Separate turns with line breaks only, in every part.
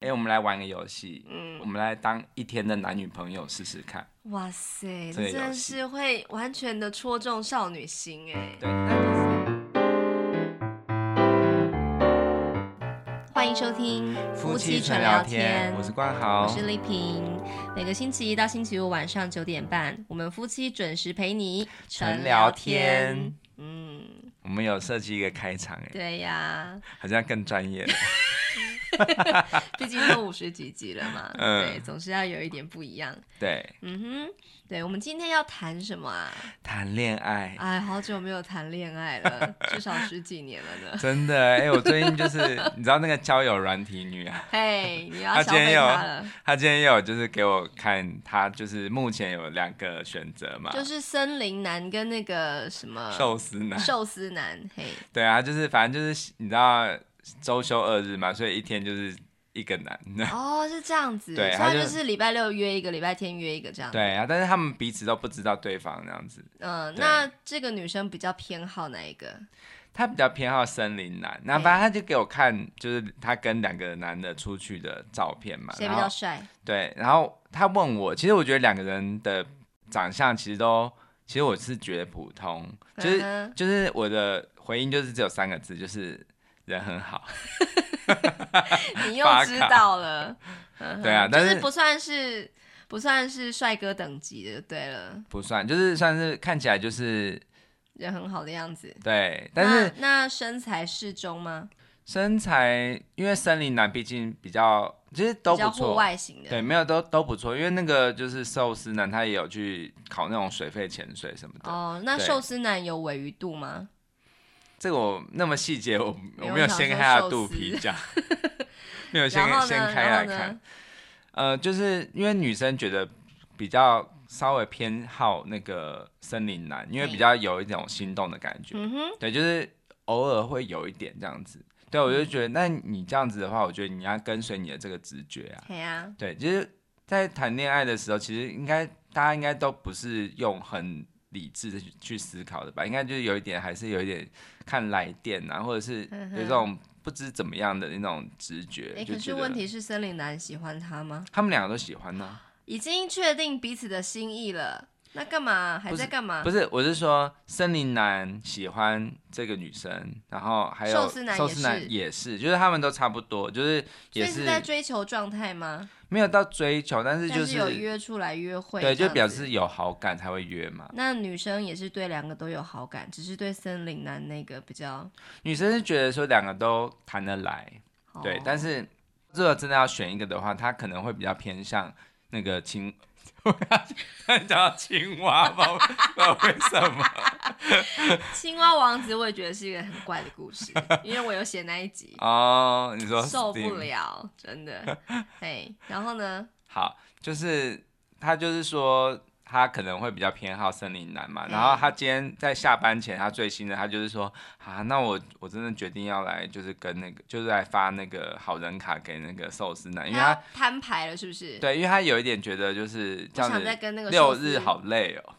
哎、我们来玩个游戏，我
嗯，
们来当一天的男女朋友试试看。
哇塞，
这
这
个
真的
游戏
是会完全的戳中少女心哎。
对，那
欢迎收听
我是冠豪，
我是丽萍。每个星期一到星期五晚上九点半，我们夫妻准时陪你
纯聊天。
嗯，
我们有设计一个开场、哎，
对呀，
好像更专业了。
毕竟都五十几集了嘛，
嗯
对，总是要有一点不一样。
对，
嗯哼，对，我们今天要谈什么啊？
谈恋爱，
哎，好久没有谈恋爱了，至少十几年了呢。
真的，哎、我最近就是你知道那个交友软体女啊，
嘿，你
他
要
今
消
天
费
有
他了，
她今天也有就是给我看，她就是目前有两个选择嘛，
就是森林男跟那个什么
寿司男，
寿司男， 嘿，
对啊，就是反正就是你知道周休二日嘛，所以一天就是一个男的。
哦，是这样子，
对
所以
他
他
就
就是礼拜六约一个，礼拜天约一个这样。，
对啊，但是他们彼此都不知道对方那样子。
嗯、
对
那这个女生比较偏好哪一个？
他比较偏好森林男，然后反正他就给我看，就是他跟两个男的出去的照片嘛。
谁
啊然
比
后
较帅？
对，然后他问我，其实我觉得两个人的长相其实都，其实我是觉得普通，就是、
嗯哼
就是我的回应就是只有三个字，就是人很好。
你又
发卡
知道 了。嗯哼
对啊
就
但是
是不算是不算是帅哥等级的，就对了，
不算，就是算是看起来就是
人很好的样子。
对，但是
那那身材适中吗？
身材，因为森林男毕竟比较，其实都
比较
不
户
错，
外型的。
对，没有都都不错，因为那个就是寿司男，他也有去考那种水肺潜水什么的。
哦，那
对
寿司男有尾鱼肚吗？
这个我那么细节，我
没有
我没有
我想
掀开
说
他的
寿
肚
司
皮 讲，没有掀
然
开
后
掀
呢？
开来
然后
看
呢？。
呃，就是因为女生觉得比较稍微偏好那个森林男，因为比
嘿
较有一种心动的感觉。
嗯哼，
对，就是偶尔会有一点这样子。对，我就
嗯
觉得，那你这样子的话，我觉得你要跟随你的这个直觉啊。
对呀、
对，就是在谈恋爱的时候，其实应该大家应该都不是用很理智的去去思考的吧？应该就是有一点，还是有一点看来电啊，或者是
嗯
有这种不知怎么样的那种直觉。
哎，
就
可
觉
是
得
问题是，森林男喜欢他吗？
他们两个都喜欢呢、
已经确定彼此的心意了，那干嘛还
不是
在干嘛
不？是，我是说，森林男喜欢这个女生，然后还有
寿司男也
寿司男
是
也是，就是他们都差不多，就是
所
也
以是在追求状态吗？
没有到追求，但是
但
就是
有约出来约会，
对，
这
就
样
表
子
示有好感才会约嘛。
那女生也是对两个都有好感，只是对森林男那个比较。
女生是觉得说两个都谈得来，对
哦，
但是如果真的要选一个的话，她可能会比较偏向那个青。 我要讲到青蛙吧，不知道为什 么。
青蛙王子我也觉得是一个很怪的故事，因为我有写那一集，
哦，你说
受不
Steam
了，真的。哎，然后呢？
好，就是他就是说他可能会比较偏好森林男嘛，
嗯
然后他今天在下班前，他最新的他就是说啊，那我我真的决定要来，就是跟那个就是来发那个好人卡给那个寿司男，因为他
他要摊牌了，是不是？，
对，因为他有一点觉得就是
不
这样
想再
子
跟那个
六
寿司
日好累哦，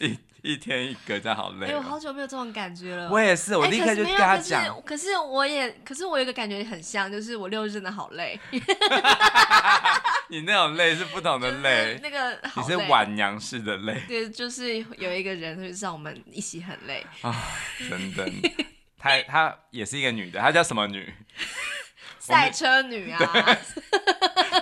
一一天一个这样好
哎、
累、
我好
哦。
久没有这种感觉了。
我也是，我
哎
立刻
可是
就
没
跟
有
他
可是
讲，
可是我也，可是我有一个感觉很像，就是我六日真的好累，
你那种累是不同的
就是
累，
那个好
你是
累
晚娘式的 累。
对，就是有一个人就是让我们一起很累，
真的，她她也是一个女的，她叫什么女？
赛车 女啊，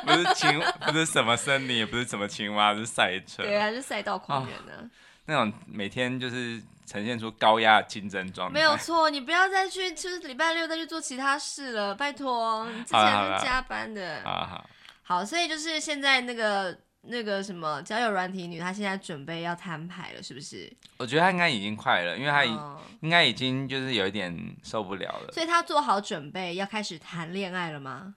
不是青，不是什么森林，也不是什么青蛙，是赛车。
对啊，就赛道狂人啊呢、
那种每天就是呈现出高压的竞争状态。
没有错，你不要再去，就是礼拜六再去做其他事了，拜托，你之
好啦好
前
啦
是加班的。
啊，好
好，所以就是现在那个那个什么交友软体女，她现在准备要摊牌了，是不是？
我觉得她应该已经快了，因为她已、
哦
应该已经就是有一点受不了了。
所以她做好准备要开始谈恋爱了吗？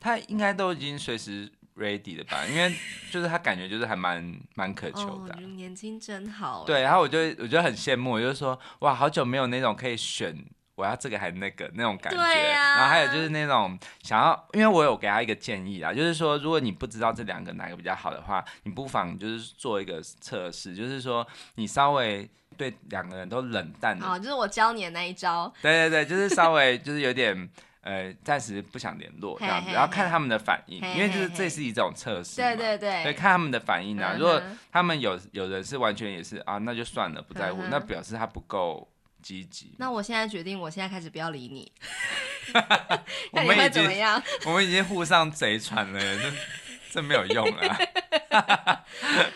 她应该都已经随时 ready 了吧？因为就是她感觉就是还蛮蛮渴求
哦
的啊、，
你们年轻真好。，
对，然后我就我就很羡慕，我就说哇，好久没有那种可以选我要这个还那个那种感觉。
对啊
然后还有就是那种想要，因为我有给他一个建议啦，就是说如果你不知道这两个哪个比较好的话，你不妨就是做一个测试，就是说你稍微对两个人都冷淡的，
好，就是我教你的那一招，
对对对，就是稍微就是有点。呃暂时不想联络这样
嘿
子，
嘿
然后看他们的反应
嘿，
因为就是
嘿嘿
这是一种测试嘛，
对对对，
对，看他们的反应啊。
嗯
如果
哼
他们有有人是完全也是啊，那就算了，不在乎
嗯，哼
那表示他不够积极。
那我现在决定，我现在开始不要理你，
我
看
们
你会
已
怎
经
么样？
我们已经互上贼船了，这这没有用 啊。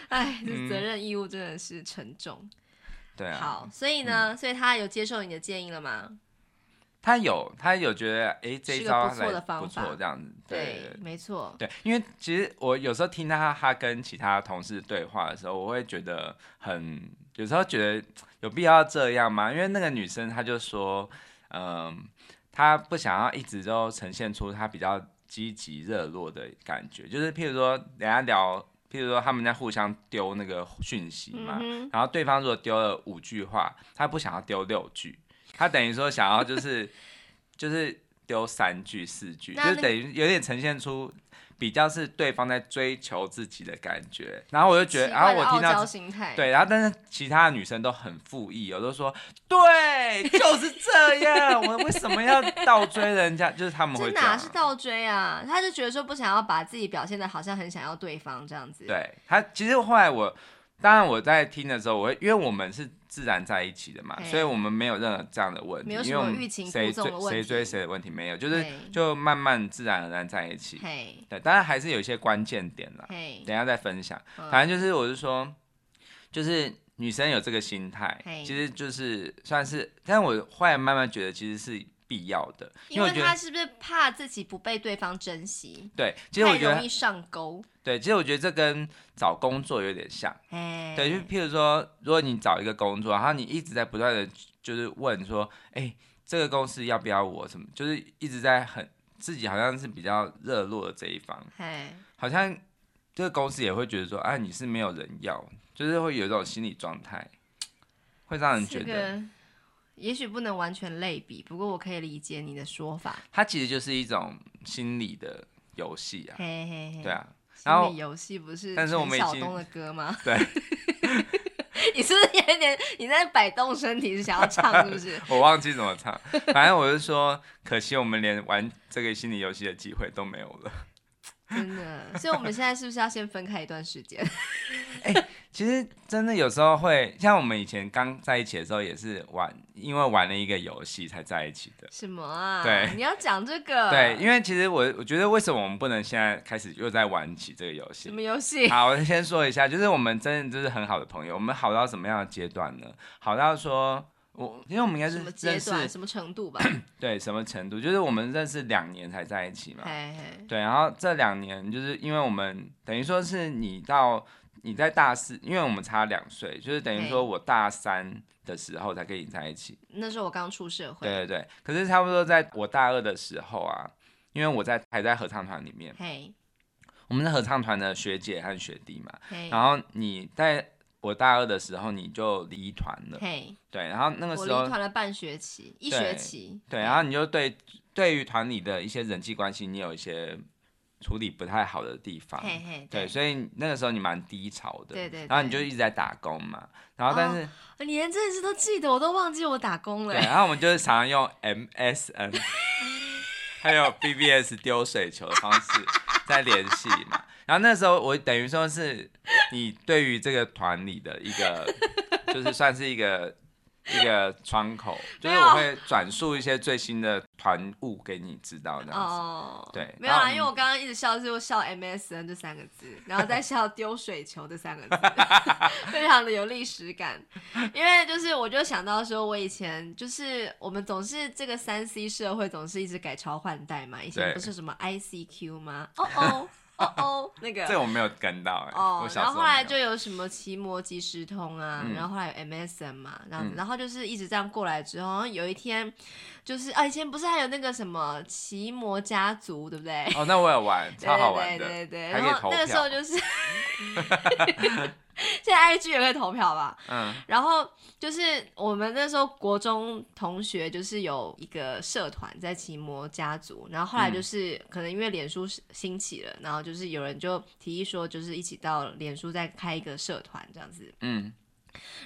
哎，这责任义务真的是沉重。
嗯对啊，
好，所以呢，所以他有接受你的建议了吗？
他有他有觉得哎、这
是
一
个
招
不错
来
的方
不
法
错这样子，对对
没错。
对，因为其实我有时候听到他他跟其他同事对话的时候，我会觉得很，有时候觉得有必要这样吗？因为那个女生她就说，嗯、她不想要一直都呈现出她比较积极热络的感觉，就是譬如说人家聊，譬如说他们在互相丢那个讯息嘛，
嗯哼，
然后对方如果丢了五句话，他不想要丢六句，他等于说想要就是就是丢三句四句，就
那
是
那
等于有点呈现出比较是对方在追求自己的感觉。然后我就觉得，
奇
然后
怪的
我
傲
听
娇
到
心态，，
对，然后但是其他的女生都很附议，有的说对，就是这样，我为什么要倒追人家？就是他们会
这
这样
哪
啊。
是倒追啊？他就觉得说不想要把自己表现的好像很想要对方这样子。，
对他，其实后来我，当然我在听的时候，我会因为我们是自然在一起的嘛，
嘿
所以我们没有任何这样的问题，
没有什
因为我
么
们
欲擒故
谁
纵
追
的问
谁追
题
谁的问题没有，就是
嘿
就慢慢自然而然在一起。
嘿，
对，当然还是有一些关键点啦，
嘿，
等一下再分享。
嗯
反正就是我是说，就是女生有这个心态
嘿，
其实就是算是，但我后来慢慢觉得其实是必要的，因
因
为
为
我觉
他
得
是不是怕自己不被对方珍惜，
对，其实我
太
觉得
容易上钩？
对，其实我觉得这跟找工作有点像。
哎，
对，就譬如说，如果你找一个工作，然后你一直在不断的就是问说，哎、这个公司要不要我什么，就是一直在很自己好像是比较热络的这一方，
嘿，
好像这个公司也会觉得说，啊，你是没有人要，就是会有一种心理状态，会让人觉
这
得
个也许不能完全类比，不过我可以理解你的说法。
它其实就是一种心理的游戏啊，
嘿嘿嘿，
对，啊，然
心
后
理游戏不是
但是我
陈
们已
晓
经
东的歌吗？
对，
你是不是有一点你在摆动身体是想要唱是不是？
我忘记怎么唱，反正我是说，可惜我们连玩这个心理游戏的机会都没有了。
真的，所以我们现在是不是要先分开一段时间？
其实真的有时候会，像我们以前刚在一起的时候，也是玩，因为玩了一个游戏才在一起的。
什么啊？
对
你要讲这个？
对，因
为
为其实我我觉得为什么我们不能现在开始又在玩起这个游戏？
什么游 戏？
好，我先说一下，就是我们真的就是很好的朋友，我们好到什么样的阶段呢？好到说，我因为我们应该是
什么阶
认识
段？什么程度吧？
对什么程度？就是我们认识两年才在一起嘛。
嘿嘿，
对，然后这两年就是因为我们等于说是你到你在大四，因为我们差两岁，就是等于
对
说我大三的时候才跟你在一起。
那时候我刚出社会。
对对对，可是差不多在我大二的时候啊，因为我在还在合唱团里面，
嘿，
我们是合唱团的学姐和学弟嘛。
嘿，
然后你在我大二的时候你就离团了，
嘿，
对，然后那个
我
时
离
候
团了半学期，一
对
学期。
对，然后你就对对于团里的一些人际关系，你有一些处理不太好的地方。
嘿嘿，
对，所以那个时候你蛮低潮的，
对对哦
然后
对
你就一直在打工嘛，然后但是、
以你连这件事都记得，我都忘记我打工了
对，。然后我们就是常常用 MSN，还有 BBS 丢水球的方式在联系嘛，然后那时候我等于说是你对于这个团里的一 个，就是算是一个。一个窗口，就是
没有
我会转述一些最新的团务给你知道，这样子。
哦，
对
没有
然后我
啦，
们
因为我刚刚一直笑，是 我笑 MSN 这三个字，然后再笑丢水球这三个 字，非常的有历史感。因为就是我就想到说，我以前就是我们总是这个三 C 社会总是一直改朝换代嘛，以前
对
不是什么 ICQ 吗？哦哦哦哦，那个
这个我没有跟到、哎、
哦
我，小
然
时
后
候
后来
没有
就有什么奇摩即时通啊，
嗯
然后后来有 MSN 嘛，这样子，
嗯
然后就是一直这样过来之后，然后有一天就是啊，以前不是还有那个什么奇摩家族，对不 对？
哦，那我有玩，
对
超好玩
对
的。
对对对，
还可以
然后
投
那个时候
票
就是 现在 IG 也可以投票吧，
嗯，
然后就是我们那时候国中同学就是有一个社团在奇摩家族，然后后来就是可能因为脸书兴起了，然后就是有人就提议说，就是一起到脸书再开一个社团这样子。
嗯，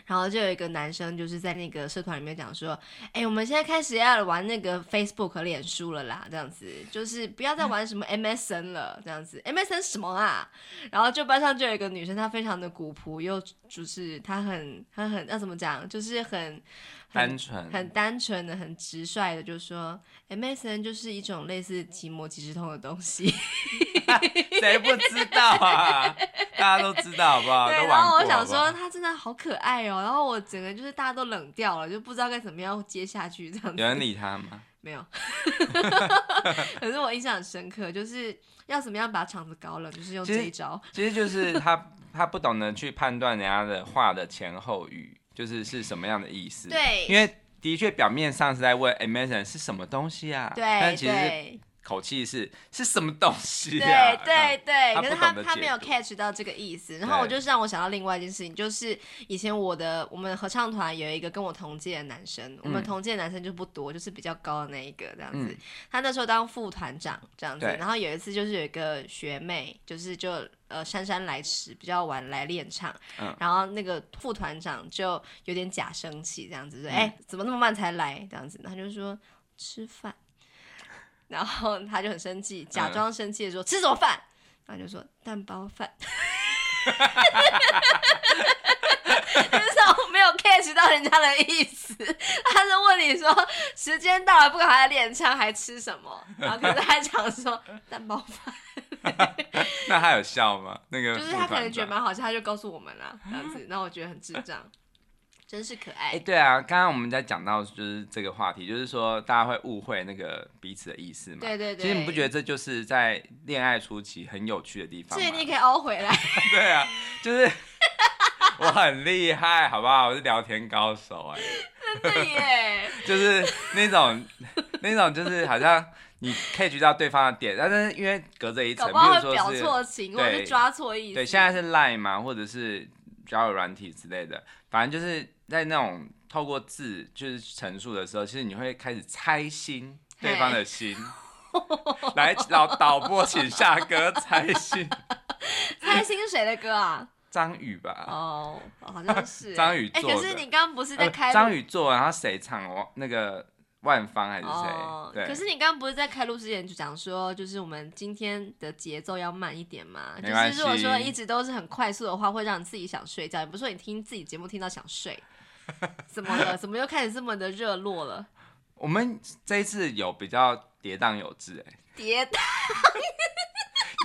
然后就有一个男生就是在那个社团里面讲说，哎、我们现在开始要玩那个 Facebook 和脸书了啦，这样子就是不要再玩什么 MSN 了，这样子 MSN 什么啊？然后就班上就有一个女生，她非常的古朴，又就是她很她很要怎么讲，就是很
单
很
纯，
很单纯的、很直率的，就说 MSN 就是一种类似奇摩即时通的东西。
谁不知道 啊？大家都知道好不好？
对，
啊都
然
玩
后
过
我想说
好不好
他真的好可爱哦，然后我整个就是大家都冷掉了，就不知道该怎么样接下去这样
有人
子。
理他吗？
没有， 可是我印象很深刻，就是要怎么样把场子搞冷，就是用
其实
这一招。
其实就是他 他不懂得去判断人家的话的前后语，就是是什么样的意思。
对
嗯因为的确表面上是在问 Amazon 是什么东西啊，但
对
其实
对
口气是是什么东西啊？
对对对，
他
可是
不
他
懂得
他
解
没有
读
catch 到这个意思，然后我
对
就是让我想到另外一件事情，就是以前我的我们合唱团有一个跟我同届的男生，我们
嗯
同届的男生就不多，就是比较高的那一个这样子
嗯，
他那时候当副团长这样子，
对
然后有一次就是有一个学妹，就是就呃姗姗来迟，比较晚来练唱，
嗯
然后那个副团长就有点假生气这样子，说哎、怎么那么慢才来这样子，他就说吃饭。 然后他就很生气，假
嗯
装生气的说：“吃什么饭？”然后就说蛋包饭， 就是我没有 catch 到人家的意思， 他是问你说时间到了不赶快练唱还吃什么？然后可是他讲说蛋包饭，
那他有笑吗？那 个
就是他
副
可能
团
觉得
长
蛮好笑，他就告诉我们啦，这样子，那我觉得很智障，真是可
哎、
爱。
对啊，刚刚我们在讲到就是这个话题，就是说大家会误会那个彼此的意思嘛。
对对对，
其实你不觉得这就是在恋爱初期很有趣的地方
所
吗？
以你可以凹回来，
对啊，就是 我很厉害，好不好？我是聊天高手哎、
对 耶，
就是那种那种就是好像你 catch 到对方的点，但是因为隔着一层，
搞
比
不好
如
会表
说是
错情或者是
对
抓错意思。
对，现在是 Line 嘛，或者是交友软体之类的，反正就是在那种透过字就是陈述的时候，其实你会开始猜心对方的心。 来，老导播请下歌猜心，
猜心谁的 歌啊？
张宇吧，
哦，好像是欸
张宇
哎、
做
可是
的
你刚刚不是在
呃
开录
张宇做，然后谁唱？我那个万芳还是
哦
谁？，对，
可是你刚刚不是在开录之前就讲说，就是我们今天的节奏要慢一点嘛？就
没关
是
系
如果说一直都是很快速的话，会让你自己想睡觉。也不是说你听自己节目听到想睡， 怎么了？怎么又开始这么的热络了？
我们这一次有比较跌宕有致、哎。
跌宕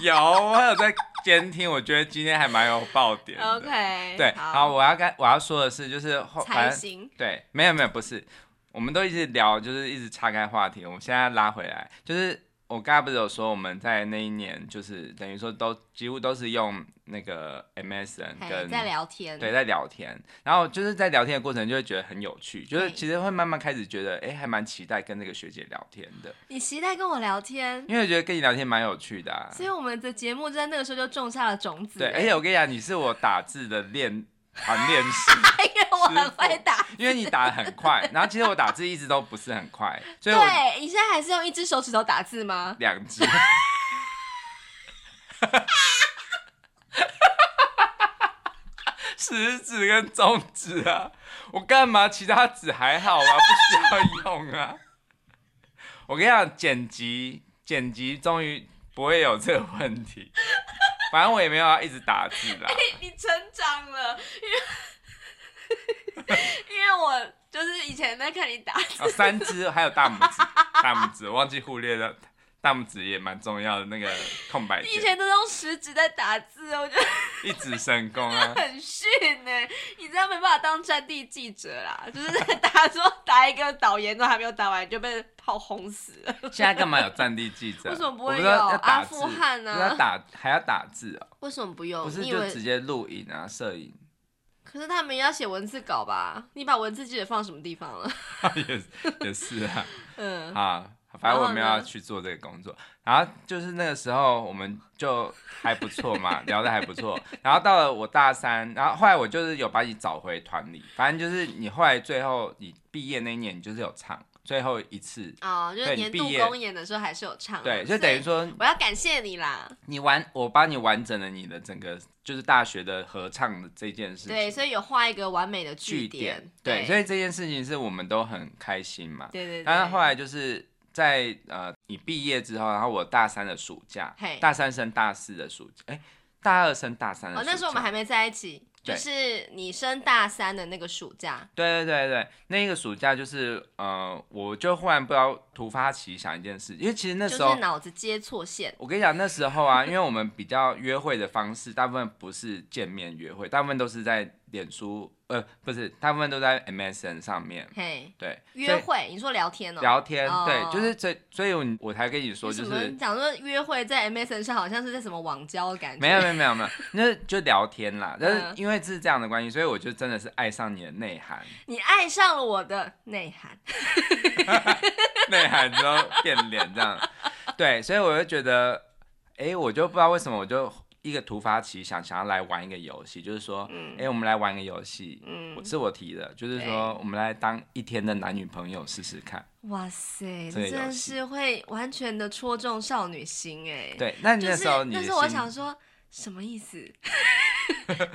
有，我有在监听，我觉得今天还蛮有爆点的。
，OK，
对，好，
好，
我要跟我要说的是，就是后
猜
反正
心，
对，没有没有，不是，我们都一直聊，就是一直岔开话题，我们现在拉回来，就是我刚才不是有说我们在那一年，就是等于说都几乎都是用那个 MSN
嘿
跟
在聊天，
对，在聊天，然后就是在聊天的过程就会觉得很有趣，就是
嘿
其实会慢慢开始觉得，哎、还蛮期待跟这个学姐聊天的，
你期待跟我聊天，
因为我觉得跟你聊天蛮有趣的、啊。
所以我们的节目就在那个时候就种下了种子。
对，
欸
而且我跟你讲，你是我打字的练团练师，
因为我很会打
因为你打的很快，然后其实我打字一直都不是很快，所以我
对，你现在还是用一只手指头打 字吗？
两 只。食指跟中指啊，我干嘛？其他指还好啊，不需要用啊。我跟你讲，剪辑剪辑终于不会有这个问题。反正我也没有要一直打字 啦。
你成长了，因为 因为我就是以前在看你打字，
哦，三只还有大拇指，大拇指忘记忽略了，大拇指也蛮重要的那个空白
你以
键，
前都是用食指在打字，哦我觉得
一指神功啊。
很逊呢、你这样没办法当战地记者啦，就是在打说打一个导言都还没有打完就被炮轰死了。
现在干嘛有战地记者？
为什么不
我
会
知道
有
要打
阿
字
富汗啊
不是要打还要打字哦，
为什么不
不
用？
是
你以
就直
为？
接录影啊、摄影
可是他们也要写文字稿吧？你把文字记者放什么地方 了？
也是也是啊
嗯，
啊。反正我没有
然后
要
呢
去做这个工作，然后就是那个时候我们就还不错 嘛，聊得还不错。然后到了我大三，然后后来我就是有把你找回团里，反正就是你后来最后你毕业那一年，你就是有唱，最后一次，
哦，就是
对你
年
毕
度
业
公演的时候还是有唱啊，
对，就等于
所以
说
我要感谢你啦。
你完，我帮你完整了你的整个就是大学的合唱的这件事情，
对，所以有画一个完美的句
据
点
点，，对，所
以
以这件事情是我们都很开心嘛。
对对，
但是
对
后来就是在呃，你毕业之后，然后我大三的暑假
嘿，
大三升大四的暑假，哎、大二升大三的
哦
暑，假。
那时候我们还没在一起，就
对
是你升大三的那个暑假，
对对对对，那一个暑假就是呃，我就忽然不知道突发奇想一件事，因为其实那
就
时候
是脑子接错线，
我跟你讲，那时候啊，因为我们比较约会的方式，大部分不是见面约会，大部分都是在脸书，呃，不是，大部分都在 MSN 上面，
嘿，
对，
约
所以
会，你说聊天哦，
聊天，
哦
对，就是这，所以我我才跟你说，就
什么
是
讲说约会在 MSN 上好像是在什么网交的感觉，
没有没有没有没有，那就聊天 啦。但
嗯
是因为是这样的关系，所以我就真的是爱上你的内涵，
你爱上了我的内涵，
内涵之后变脸这样。对，所以我就觉得，哎、我就不知道为什么，我就一个突发奇想，想要来玩一个游戏，就是说，哎、我们来玩个游戏，
嗯
我，是我提的，就是说，我们来当一天的男女朋友试试看。
哇塞，你
这个
真
游
的
戏
是会完全的戳中少女心哎，
对，那你
就
那
是
时候你的
但
心，
是我想说什么意思？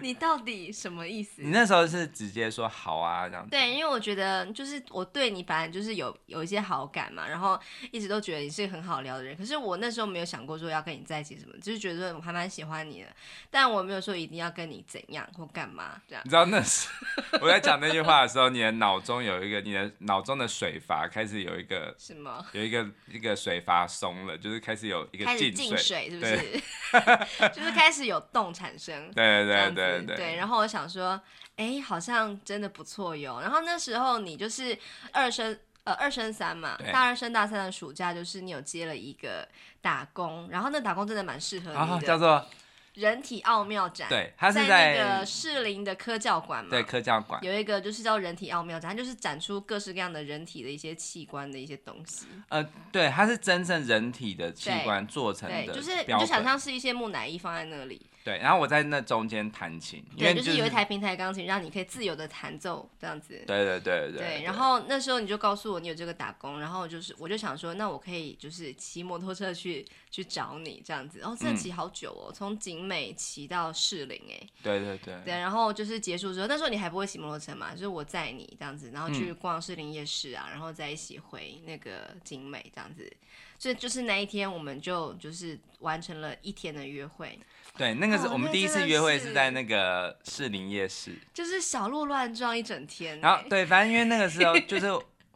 你到底什么意思
你？那时候是直接说好啊这样子。
对，因为我觉得就是我对你本来就是有有一些好感嘛，然后一直都觉得你是个很好聊的人。可是我那时候没有想过说要跟你在一起什么，就是觉得我还蛮喜欢你的，但我没有说一定要跟你怎样或干嘛这样
你。知道那时 我在讲那句话的时候，你的脑中有一个，你的脑中的水阀开始有一个
什么？
有一个一个水阀松了，就是开始有一个
开始
进
进
水。
水是不是？就是 开始有动产生。
对
这
对
样子
对
对
对
然后我想说，哎，好像真的不错哟。然后那时候你就是二升。呃，二升三嘛，
对
大二升大三的暑假，就是你有接了一个打工，然后那打工真的蛮适合
然后
你
啊
的，
叫做
人体奥妙展，，
对，它是
在那个士林的科教馆嘛，
对科教馆，
有一个就是叫人体奥妙展，它就是展出各式各样的人体的一些器官的一些东西，
呃，对，它是真正人体的器
对
官做成
对，
的
就是你
标
就想
本。
象是一些木乃伊放在那里，
对，然后我在那中间弹琴，因
对，
为
就
就是
有一台平台钢琴，让你可以自由的弹奏这样子，
对对对对
对，
对，
然后那时候你就告诉我你有这个打工，然后就是我就想说，那我可以就是骑摩托车去去找你这样子，然、后真的
嗯
骑好久哦，从景美骑到士林哎，
对对对
对，然后就是结束之后，那时候你还不会骑摩托车嘛，就是我载你这样子，然后
嗯
去逛士林夜市啊，然后再一起回那个景美这样子，所以就是那一天我们就就是完成了一天的约会，
对，那个是
哦
我们
那
第一
真的
次约会
是
是在那个士林夜市。
就是小鹿乱撞一整天欸，
然后对，反正因为那个时候就是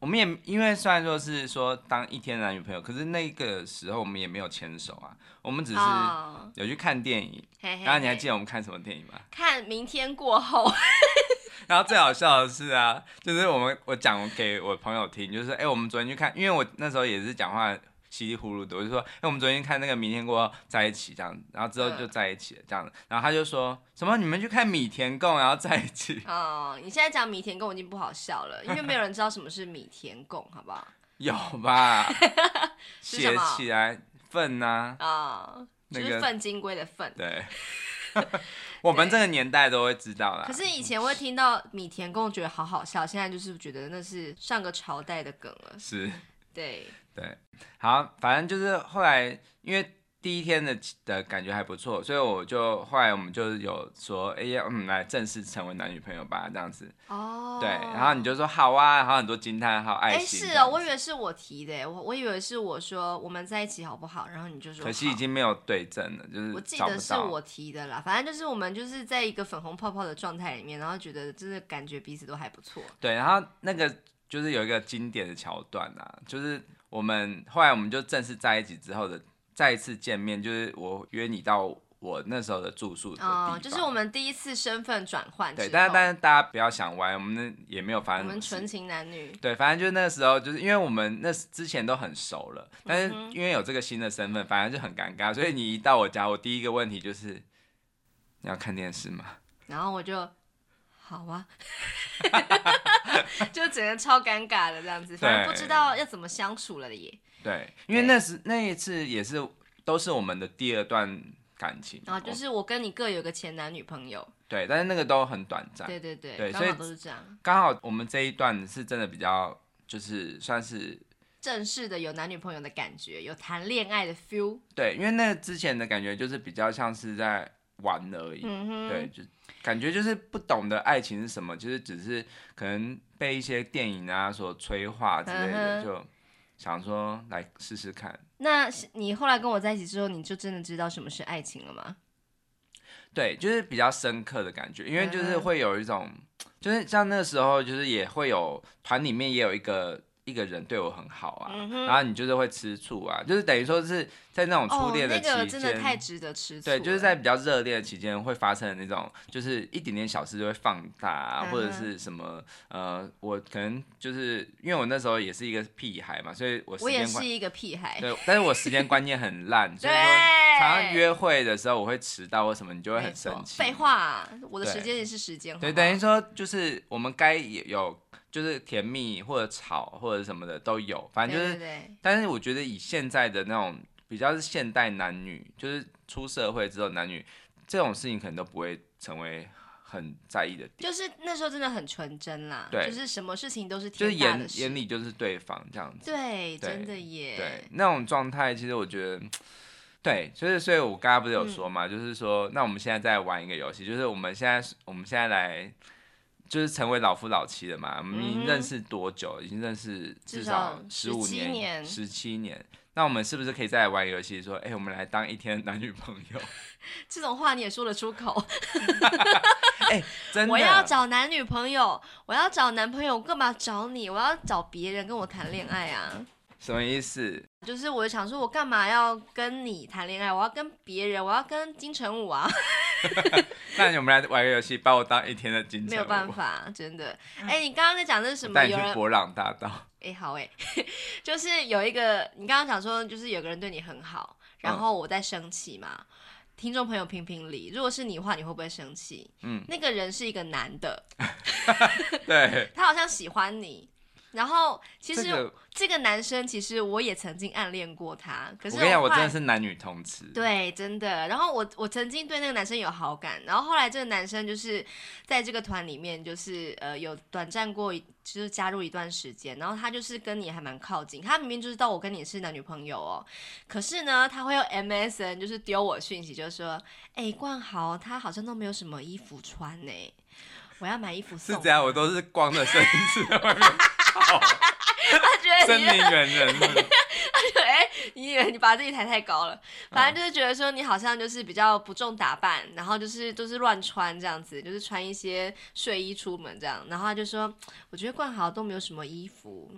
我们也因为虽然说是说当一天男女朋友，可是那个时候我们也没有牵手啊，我们只是
哦，
有去看电影。
嘿嘿
然后你还
嘿
记得我们看什么电影吗？
看明天过后。
然后最好笑的是啊，就是我们我讲给我朋友听，就是哎、我们昨天去看，因为我那时候也是讲话稀里糊涂的，我就说哎、我们昨天看那个《明天过后在一起》这样，然后之后就
嗯
在一起了这样，然后他就说什么你们去看《米田共》然后在一起，
哦，你现在讲米田共已经不好笑了，因为没有人知道什么是米田共，好不好？
有吧？
是什
写
么
起来粪呐、
啊、
那
就是
个
粪金龟的粪。
对， 我们这个年代都会知道啦。
可是以前会听到米田共觉得好好笑，现在就是觉得那是上个朝代的梗了。
是
对，
对，好，反正就是后来因为。第一天的的感觉还不错，所以我就后来我们就有说，哎、呀，嗯，来正式成为男女朋友吧，这样子。
哦，
对，然后你就说好啊，然后很多惊叹号、爱
哎
心这
是
样
哦，
子。
我以为是我提的，欸我我以为是我说我们在一起好不好，然后你就说
可惜已
好。
经没有对证了，就是
我记
找不
得是
到
我提的啦，反正就是我们就是在一个粉红泡泡的状态里面，然后觉得真的感觉彼此都还不错。
对，然后那个就是有一个经典的桥段啊，就是我们后来我们就正式在一起之后的再一次见面，就是我约你到我那时候的住宿的地方，
哦，就是我们第一次身份转换之
对，
后，
但是但是大家不要想歪，我们那也没有发
我
生什
们
么事
纯情男女，
对，反正就是那个时候，就是因为我们那时之前都很熟了，但是
嗯哼
因为有这个新的身份，反正就很尴尬。所以你一到我家，我第一个问题就是你要看电视吗？
然后我就好啊， 就整个超尴尬的这样子，反正不知道要怎么相处了耶。
对，因为
对
那时那一次也是都是我们的第二段感情，
然后哦就是我跟你各有个前男女朋友，
对，但是那个都很短暂。
对对对，
对
刚好
所以
都是这样。
刚好我们这一段是真的比较就是算是
正式的有男女朋友的感觉，有谈恋爱的 feel。
对，因为那之前的感觉就是比较像是在玩而已，
嗯哼，
对，就感觉就是不懂得爱情是什么，就是只是可能被一些电影啊所催化之类的，
嗯哼
就想说来试试看。
那是你后来跟我在一起之后，你就真的知道什么是爱情了吗？
对，就是比较深刻的感觉，因为就是
嗯
会有一种，就是像那时候，就是也会有团里面也有一个一个人对我很好啊，
嗯哼
然后你就是会吃醋啊，就是等于说是在那种初恋
哦那
期间。
个真的太值得吃醋了。
对，就是在比较热烈的期间会发生的那种，就是一点点小事就会放大、啊，或者
嗯哼
是什么呃，我可能就是因为我那时候也是一个屁孩嘛，所以我时
我也
间
是
观
一个屁孩，
对，但是我时间观念很烂，所以说
对
常常约会的时候我会迟到或什么，你就会
没
很
错
生气。
废话啊、我的
对
时间也是时间。
对，
好不好
等于说就是我们该也有就是甜蜜或者吵或者什么的都有，反正就是，
对对对
但是我觉得以现在的那种比较是现代男女，就是出社会之后男女这种事情可能都不会成为很在意的点，
就是那时候真的很纯真啦，
对
就是什么事情都是
就是
天大
眼
的事。
眼里就是对方这样子，
对，
对
真的耶。
对那种状态，其实我觉得。对，所以所以，我刚刚不是有说
嗯
嘛，就是说，那我们现在在玩一个游戏，就是我们现在我们现在来，就是成为老夫老妻了嘛。我们已
嗯
经
哼
认识多久？已经认识至
至
少
少
十五
17
年、
年
十七年。那我们是不是可以再来玩一个游戏？说，哎、我们来当一天男女朋 友？
这种话你也说得出口？
真的？
我要找男女朋友，我要找男朋友，我干嘛找你？我要找别人跟我谈恋爱啊！
什么意思？
就是我想说，我干嘛要跟你谈恋爱？我要跟别人，我要跟金城武啊！
那我们来玩一个游戏，把我当一天的金城武。
没有办，法，真的。哎、你刚刚在讲的是什么？
带你
有人
去博朗大 道。
哎、好哎、就是有一个，你刚刚讲说，就是有个人对你很好，
嗯
然后我在生气嘛。听众朋友评评理，如果是你的话，你会不会生气？
嗯，
那个人是一个男的，
对，
他好像喜欢你。然后其实、
这个
这个男生，其实我也曾经暗恋过他，可是
我跟你讲，我真
后来
的是男女通吃。
对，真的。然后我我曾经对那个男生有好感，然后后来这个男生就是在这个团里面，就是呃有短暂过一，就是加入一段时间，然后他就是跟你还蛮靠近，他明明就知道我跟你是男女朋友哦，可是呢，他会用 MSN 就是丢我讯息，就说，哎，冠豪他好像都没有什么衣服穿呢，我要买衣服
是
送
这样，
他
我都是光着身 子在外面跑，
他觉得
森
你
林
的
猿人是不是。
哎、你以为你把自己抬太高了，反
嗯
正就是觉得说你好像就是比较不重打扮，然后就是都、是乱穿这样子，就是穿一些睡衣出门这样，然后他就说，我觉得冠豪都没有什么衣服，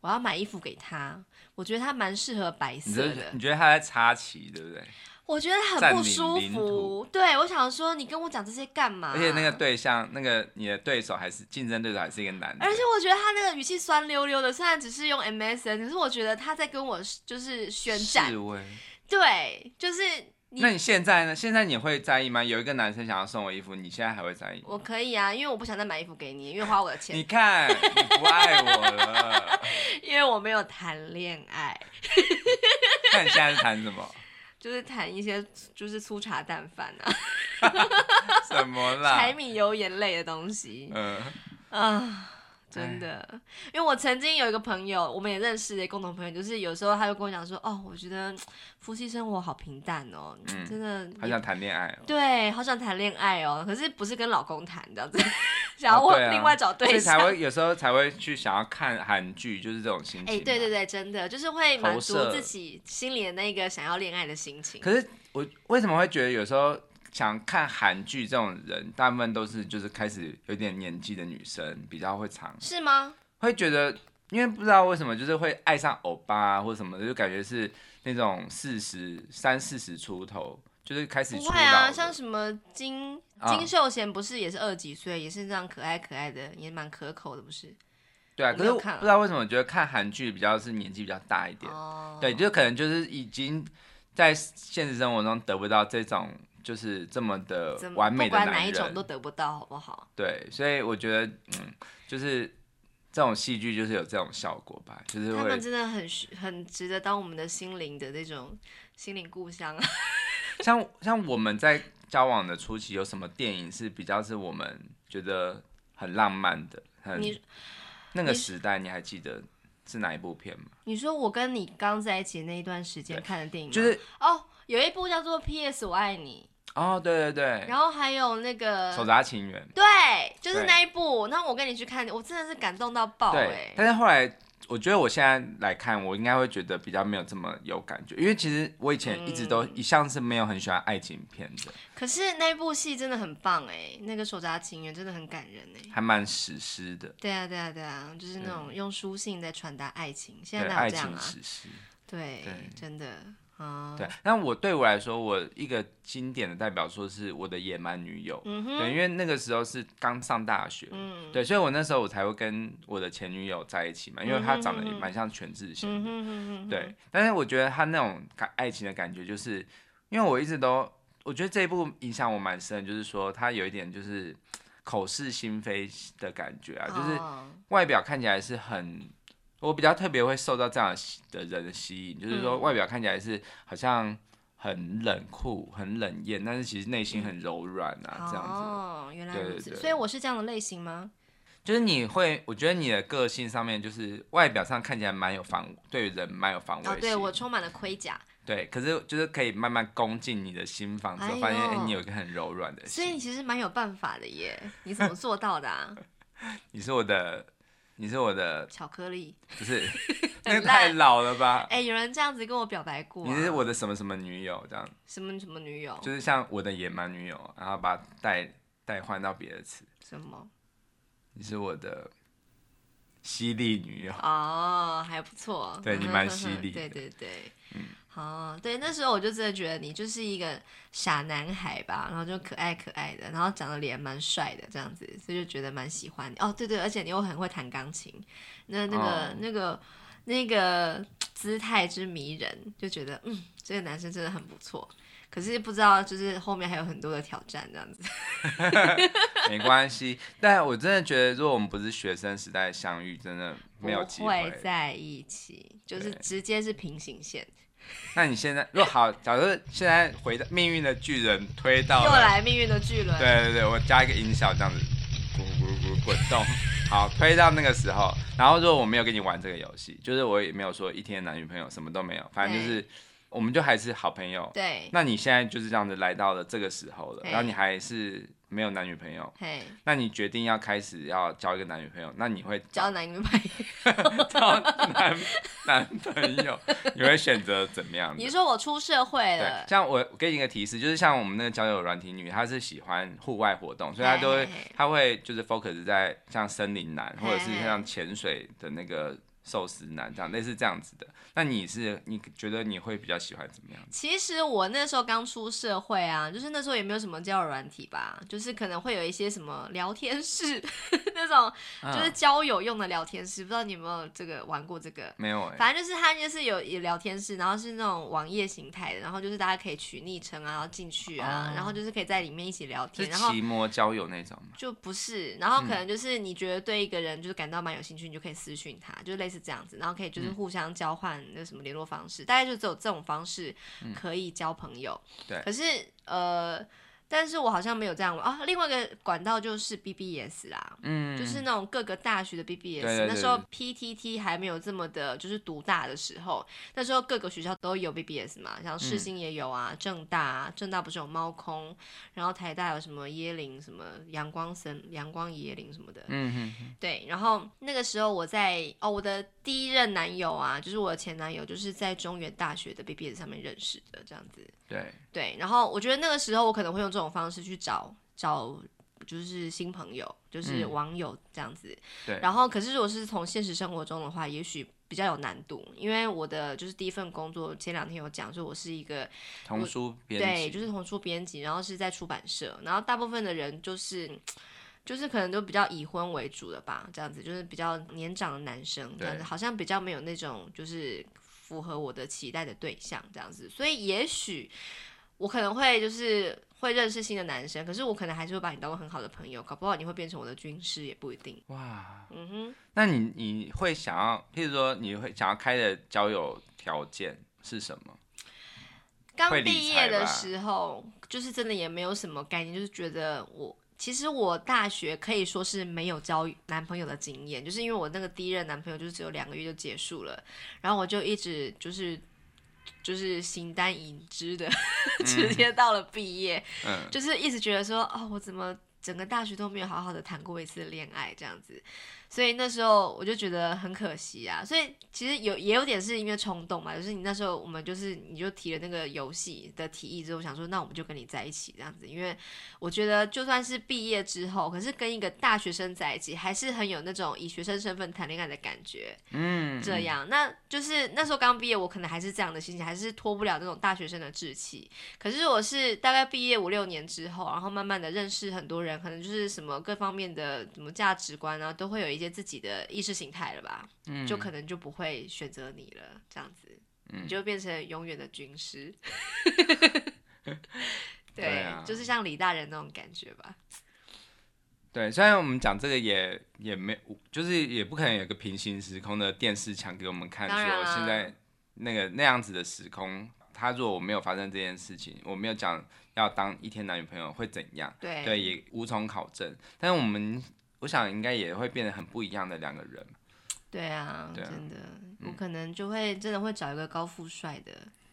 我要买衣服给他，我觉得他蛮适合白
你
色
就
的，
你觉得他在插旗，对不对？
我觉得很
占
不
领
舒
领
服
土。
对，我想说你跟我讲这些干嘛、
而且那个。对象，那个你的对手还是竞争对手还是一个男的
而，且我觉得他那个语气酸溜溜的，虽然只是用 MSN，可是我觉得他在跟我就是宣战
示。威。
对，就是你
那你现在呢？现在你会在意吗？有一个男生想要送我衣服，你现在还会在意吗？
我可以啊，因为我不想再买衣服给你，因为花我的钱
你，看，你不爱我了。
因为我没有谈恋爱，
那你现在是谈什 么？
就是谈一些就是粗茶淡饭啊、
什么啦？
柴米油盐类的东西
嗯，哎
啊。真的，因为我曾经有一个朋友，我们也认识的共同朋友，就是有时候他就跟我讲说，哦，我觉得夫妻生活好平淡哦，
嗯
真的
好想谈恋爱哦。
对，好想谈恋爱哦，可是不是跟老公谈这样子， 想要
哦
我
对啊
另外找
所以
对象
才。会有时候才会去想要看韩剧，就是这种心情。
哎、对对。对，真的就是会满
投
足
射
自己心里的那个想要恋爱的心情。啊
可是我为什么会觉得有时候想看韩剧这种人，大部分都是就是开始有点年纪的女生比较会常
是吗？
会觉得，因为不知道为什么就是会爱上欧巴、啊、或什么的，就感觉是那种四十三四十出头，就是开始
不
出
会
道
啊，
了
像什么金
啊
金秀贤不是也是二十几岁，也是这样可爱可爱的，也蛮可口的，不是？
对啊。可
我没
是
有
我
看啊
不知道为什么觉得看韩剧比较是年纪比较大一点。
哦，
对，就可能就是已经在现实生活中得不到这种就是这么的
怎么
完美
不
的
管
男
哪
人，
一种都得不到，好不好？
对，所以我觉得嗯，就是这种戏剧就是有这种效果吧，就是
他
会
们真的很需很值得当我们的心灵的那种心灵故乡 啊。
像像我们在交往的初期有什么电影是比较是我们觉得很浪漫的，很
你
那个
你
时代你还记得是哪一部片吗？
你说我跟你刚在一起那一段时间看的电影吗，
就是
哦，有一部叫做《P.S. 我爱你
哦，对对》，对，
然后还有那
手
个。
札情缘。
对，就是
对
那一部。那我跟你去看，我真的是感动到爆
对
哎、，
但是后来我觉得我现在来看，我应该会觉得比较没有这么有感觉，因为其实我以前一直都
嗯
一向是没有很喜欢爱情片的，
可是那部戏真的很棒哎、那个《手札情缘》真的很感人哎、
还蛮史诗的，
对啊，对啊，对啊，就是那
对
种用书信在传达爱情，现
对，
在哪
爱
有这样
情
啊？
史诗。
对，
对
真的啊，
对，那我对我来说，我一个经典的代表作是我的野蛮女友，
嗯哼，
对，因为那个时候是刚上大学，
嗯，
对，所以我那时候我才会跟我的前女友在一起嘛，因为她长得也
嗯哼嗯哼
蛮像全智贤的
嗯哼哼哼，
对，但是我觉得他那种感爱情的感觉，就是因为我一直都，我觉得这一部影响我蛮深的，就是说他有一点就是口是心非的感觉啊，就是
哦
外表看起来是很，我比较特别会受到这样的吸的人的吸引，就是说
嗯
外表看起来是好像很冷酷、很冷艳，但是其实内心很柔软啊，这样子，
哦，原来
对
如
对
此，
对
所以我是这样的类型吗？
就是你会，我觉得你的个性上面就是外表上看起来蛮有防，对人蛮有防卫
哦，
心，
对我充满了盔甲，
对，可是就是可以慢慢攻进你的心房之后，发现
哎
哎、
呦
你有一个很柔软的
所以
心。
你其实蛮有办法的耶，你怎么做到的啊？
你是我的，你是我的，
巧克力，
不 是，
很
那个
烂
太老了吧？
哎，有人这样子跟我表白过啊，
啊你是我的什么什么女友这样，
什么什么女友，
就是像我的野蛮女友，然后把它代代换到别的词。
什么？
你是我的犀利女友，
哦，还不错，
对你 蛮犀利的
对对对，哦，对，那时候我就真的觉得你就是一个傻男孩吧，然后就可爱可爱的，然后长得脸蛮帅的这样子，所以就觉得蛮喜欢你。哦，对对，而且你又很会弹钢琴，那那个、
哦
那个那个姿态之迷人，就觉得嗯，这个男生真的很不错。可是不知道，就是后面还有很多的挑战这样子。
没关系。 但我真的觉得，如果我们不是学生时代相遇，真的 没有机
不会
会。
在一起，就是
对
直接是平行线，
那你现在，如果好，假如现在回到命运的巨人推到
又
了
来命运的巨轮。
对对对，我加一个音效，这样子，咕咕咕滚动。好，推到那个时候，然后如果我没有跟你玩这个游戏，就是我也没有说一天男女朋友，什么都没有，反正就是我们就还是好朋友。
对，
那你现在就是这样子来到了这个时候了，
对
然后你还是没有男女朋友，
嘿，
那你决定要开始要交一个男女朋友，那你会
交男女朋友。
交男男朋友，你会选择怎么样的
你说我出社会
对，
了，
像我我给你一个提示，就是像我们那个交友软体女，她是喜欢户外活动，所以她都会
嘿嘿嘿
她会就是 focus 在像森林男
嘿
或者是
嘿
像潜水的那个寿司男这样类似这样子的。那你是你觉得你会比较喜欢怎么样？
其实我那时候刚出社会啊，就是那时候也没有什么交友软体吧，就是可能会有一些什么聊天室 那种，就是
啊
交友用的聊天室，不知道你有没有这个玩过这个？
没有哎、
反正就是它就是有有聊天室，然后是那种网页形态的，然后就是大家可以取昵称啊，然后进去啊，
哦
然后就是可以在里面一起聊
是
天，然后
骑摩交友那种吗？
就不是，然后可能就是你觉得对一个人就是感到蛮有兴趣，你就可以私讯他，就类似这样子，然后可以就是互相交换那什么联络方式，大概就只有这种方式可以交朋友。
对
可是呃，但是我好像没有这样玩啊。另外一个管道就是 BBS 啦，
嗯，
就是那种各个大学的
对
BBS，
对对
那时候 PTT 还没有这么的，就是独大的时候，那时候各个学校都有 BBS 嘛，像
嗯
世新也有啊，正大啊，正大不是有猫空，然后台大有什么椰林、什么阳光森、阳光椰林什么的，
嗯哼哼，
对，然后那个时候我在哦，我的第一任男友啊，就是我的前男友，就是在中原大学的 BBS 上面认识的，这样子，
对，
对，然后我觉得那个时候我可能会用这种方式去找找，就是新朋友，就是
嗯
网友这样子。
对
然后，可是如果是从现实生活中的话，也许比较有难度，因为我的就是第一份工作，前两天有讲说我是一个
童书编
对，
辑，
就是童书编辑，然后是在出版社，然后大部分的人就是。就是可能都比较以婚为主的吧，这样子就是比较年长的男生，这样子
对
好像比较没有那种就是符合我的期待的对象这样子，所以也许我可能会就是会认识新的男生，可是我可能还是会把你当做很好的朋友，搞不好你会变成我的军师也不一定。
哇，
嗯哼，
那你你会想要，譬如说你会想要开的交友条件是什么？
刚
会理
毕
财
业的
吧
时候，就是真的也没有什么概念，就是觉得我其实我大学可以说是没有交男朋友的经验，就是因为我那个第一任男朋友就是只有两个月就结束了，然后我就一直就是就是形单影只的， 直接到了毕业，
嗯，
就是一直觉得说，哦，我怎么整个大学都没有好好的谈过一次恋爱这样子，所以那时候我就觉得很可惜啊。所以其实有也有点是因为冲动嘛，就是你那时候我们就是你就提了那个游戏的提议之后，想说那我们就跟你在一起这样子，因为我觉得就算是毕业之后，可是跟一个大学生在一起，还是很有那种以学生身份谈恋爱的感觉。
嗯，
这样，那就是那时候刚毕业，我可能还是这样的心情，还是脱不了那种大学生的稚气。可是我是大概毕业五六年之后，然后慢慢的认识很多人，可能就是什么各方面的什么价值观啊，都会有一些自己的意识形态了吧，
嗯
就可能就不会选择你了，这样子，
嗯
你就变成永远的军师。 对，
对啊
就是像李大人那种感觉吧。
对，虽然我们讲这个也也没，就是也不可能有个平行时空的电视墙给我们看，
当然
说
啊啦
现在那个那样子的时空，他如果我没有发生这件事情，我没有讲要当一天男女朋友会怎样，
对，
对，也无从考证。但是我们，我想应该也会变得很不一样的两个人。
对啊，
对啊
真的，我可能就会真的会找一个高富帅的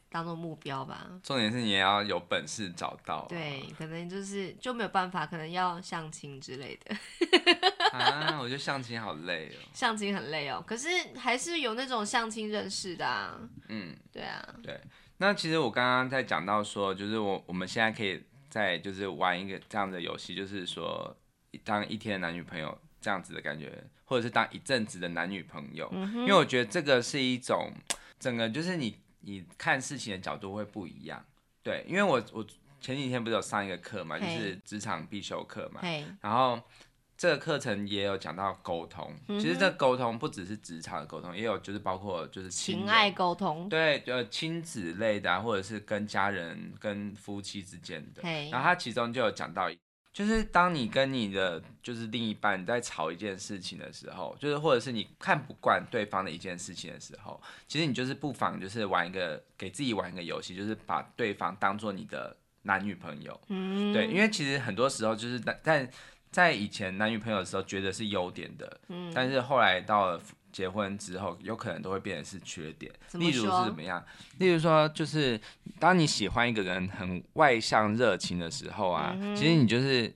当做目标吧。
重点是你也要有本事找到、啊。
对，可能就是就没有办法，可能要相亲之类的，
啊，我觉得相亲好累哦。
相亲很累哦。可是还是有那种相亲认识的啊，
嗯，
对啊，
那其实我刚刚在讲到说，就是我我们现在可以在就是玩一个这样的游戏，就是说当一天的男女朋友这样子的感觉，或者是当一阵子的男女朋友，
嗯
因
哼，
为我觉得这个是一种整个就是你你看事情的角度会不一样。对，因为我我前几天不是有上一个课嘛，就
嘿
是职场必修课嘛，
嘿，
然后这个课程也有讲到沟通，
嗯哼
其实这个沟通不只是职场的沟通，也有就是包括就是亲
情
人
爱沟通，
对呃亲子类的、啊，或者是跟家人、跟夫妻之间的。
嘿
然，后他其中就有讲到，就是当你跟你的就是另一半在吵一件事情的时候，就是或者是你看不惯对方的一件事情的时候，其实你就是不妨就是玩一个给自己玩一个游戏，就是把对方当做你的男女朋友。
嗯，
对，因为其实很多时候就是在在在以前男女朋友的时候觉得是优点的，
嗯
但是后来到了结婚之后，有可能都会变成是缺点。
怎么
例如
说
是怎么样？例如说，就是当你喜欢一个人很外向热情的时候啊，
嗯哼
其实你就是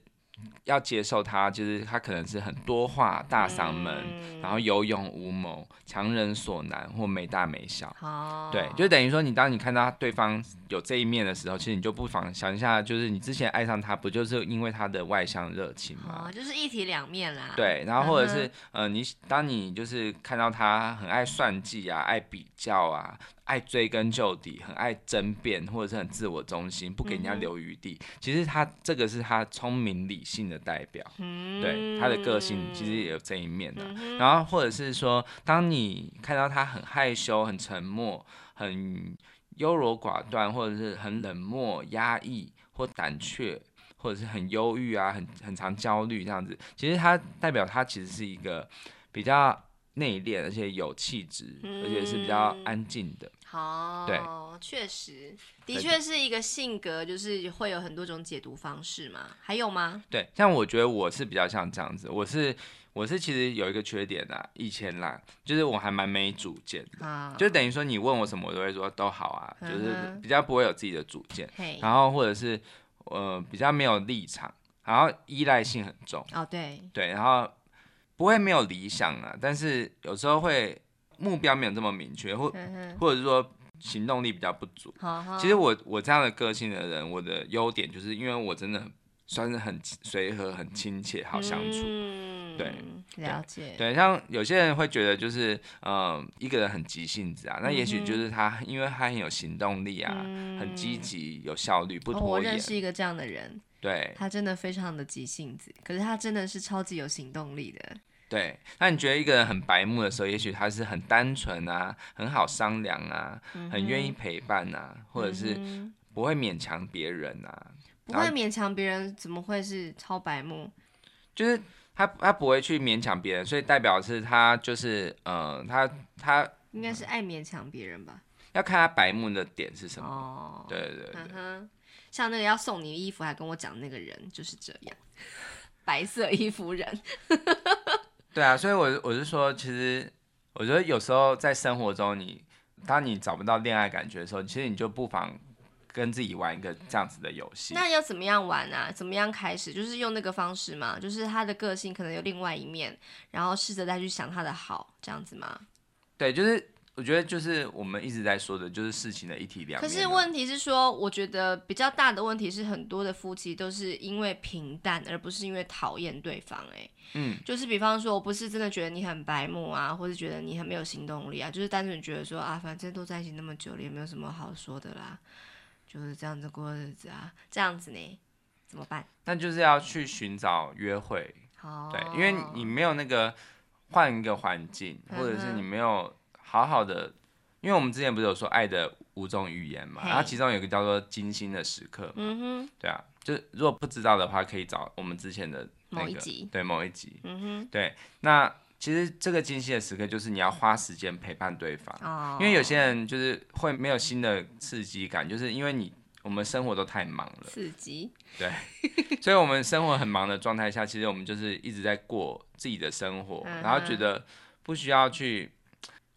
要接受他，就是他可能是很多话、大嗓门，
嗯
然后有勇无谋、强人所难或没大没小。
好，
对，就等于说，你当你看到对方有这一面的时候，其实你就不妨想一下，就是你之前爱上他，不就是因为他的外向热情吗
哦，？就是一体两面啦，，
嗯对，然后或者是
嗯、
呃，你当你就是看到他很爱算计啊，爱比较啊，爱追根究底，很爱争辩，或者是很自我中心，不给人家
嗯哼
留余地。其实他这个是他聪明理性的代表，
嗯，
对他的个性其实也有这一面呢、
嗯哼，
然后或者是说，当你看到他很害羞、很沉默、很优柔寡断，或者是很冷漠、压抑或胆怯，或者是很忧郁啊、很很常焦虑这样子，其实他代表他其实是一个比较内敛，而且有气质，而且是比较
嗯
安静的。
好，
对，
确实，
对
的确是一个性格，就是会有很多种解读方式嘛。还有吗？
对，像我觉得我是比较像这样子，我是我是其实有一个缺点啊，以前啦，就是我还蛮没主见的。
啊，
就等于说你问我什么，我都会说都好啊，就
嗯哼
是比较不会有自己的主见，
嘿，
然后或者是呃比较没有立场，然后依赖性很重，
哦，对，
对，然后不会没有理想啊，但是有时候会目标没有这么明确，或
嗯哼，
或者是说行动力比较不足。
好好，
其实我我这样的个性的人，我的优点就是因为我真的算是很随和、很亲切、好相处。
嗯
对，
了解，
对，像有些人会觉得就是，嗯、一个人很急性子啊，那也许
嗯
就是他，因为他很有行动力啊，很积极、有效率，不
哦。
拖
我
延。
认识一个这样的人，
对
他真的非常的急性子，可是他真的是超级有行动力的。
对，那你觉得一个人很白目的时候，也许他是很单纯啊，很好商量啊，很愿意陪伴啊，或者是
嗯
不会勉强别人啊，
不
然
会
后
勉强别人，怎么会是超白目？
就是他他不会去勉强别人，所以代表是他就是，呃，他他
应该是爱勉强别人吧？
要看他白目的点是嗯什么。
哦，
对对对
嗯哼，像那个要送你衣服还跟我讲那个人就是这样。白色衣服 人。
对啊，所以我我是说，其实我觉得有时候在生活中你，当你找不到恋爱感觉的时候，其实你就不妨跟自己玩一个这样子的游戏。
那要怎么样玩啊？怎么样开始？就是用那个方式嘛，就是他的个性可能有另外一面，然后试着再去想他的好，这样子吗？
对，就是我觉得就是我们一直在说的，就是事情的一体两
可
面啊。
是问题是说，我觉得比较大的问题是，很多的夫妻都是因为平淡，而不是因为讨厌对方、哎，
嗯，
就是比方说，我不是真的觉得你很白目啊，或者觉得你很没有行动力啊，就是单纯觉得说啊，反正都在一起那么久了，也没有什么好说的啦，就是这样子过日子啊，这样子呢，怎么办？
那就是要去寻找约会，
哦，
对，因为你没有那个换一个环境，
嗯哼
或者是你没有好好的，因为我们之前不是有说爱的五种语言嘛，
嘿
然后其中有一个叫做精心的时刻，
嗯哼，
对啊，就是如果不知道的话，可以找我们之前的那个
某一集
对某一集，
嗯
对，那其实这个精心的时刻就是你要花时间陪伴对方
哼，，哦，
因为有些人就是会没有新的刺激感，就是因为你我们生活都太忙 了。
哦刺激，
所以我们生活很忙的状态下，其实我们就是一直在过自己的生活，
嗯哼
然后觉得不需要去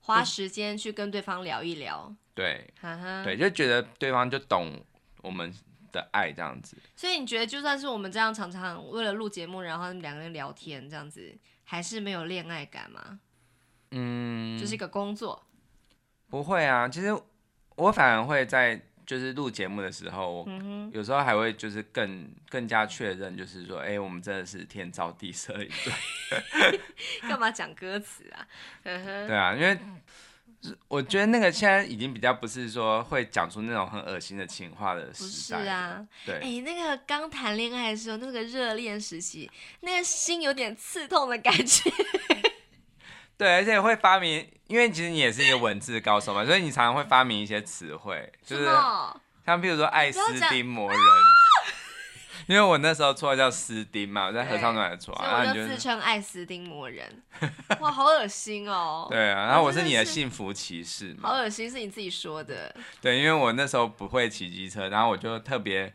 花时间去跟对方聊一聊，
对
哈哈，
对，就觉得对方就懂我们的爱这样子。
所以你觉得，就算是我们这样常常为了录节目，然后他们两个人聊天这样子，还是没有恋爱感吗？
嗯，
就是一个工作，
不会啊，其实我反而会在就是录节目的时候，我
嗯
有时候还会就是更更加确认，就是说，哎、我们真的是天造地设一 对，
哼，干嘛讲歌词啊？嗯哼，
对啊，因为。我觉得那个现在已经比较不是说会讲出那种很恶心的情话的
不
时
是
代，、
啊，
对
哎、，那个刚谈恋爱的时候，那个热恋时期，那个心有点刺痛的感觉，
对，而且会发明，因为其实你也是一个文字高手嘛，所以你常常会发明一些词汇，就
什
是
么？
像譬如说爱斯汀魔人， 因为我那时候绰号叫斯汀嘛，我在合唱团的绰
所
号，
以
然
我
后
就
你
自
就
称爱斯汀 魔人，哇，好恶心哦！
对啊，然后我
我真
是
的
你的
是
幸福骑士
好
嘛，
恶心，是你自己说的。
对，因为我那时候不会骑机车，然后我就特别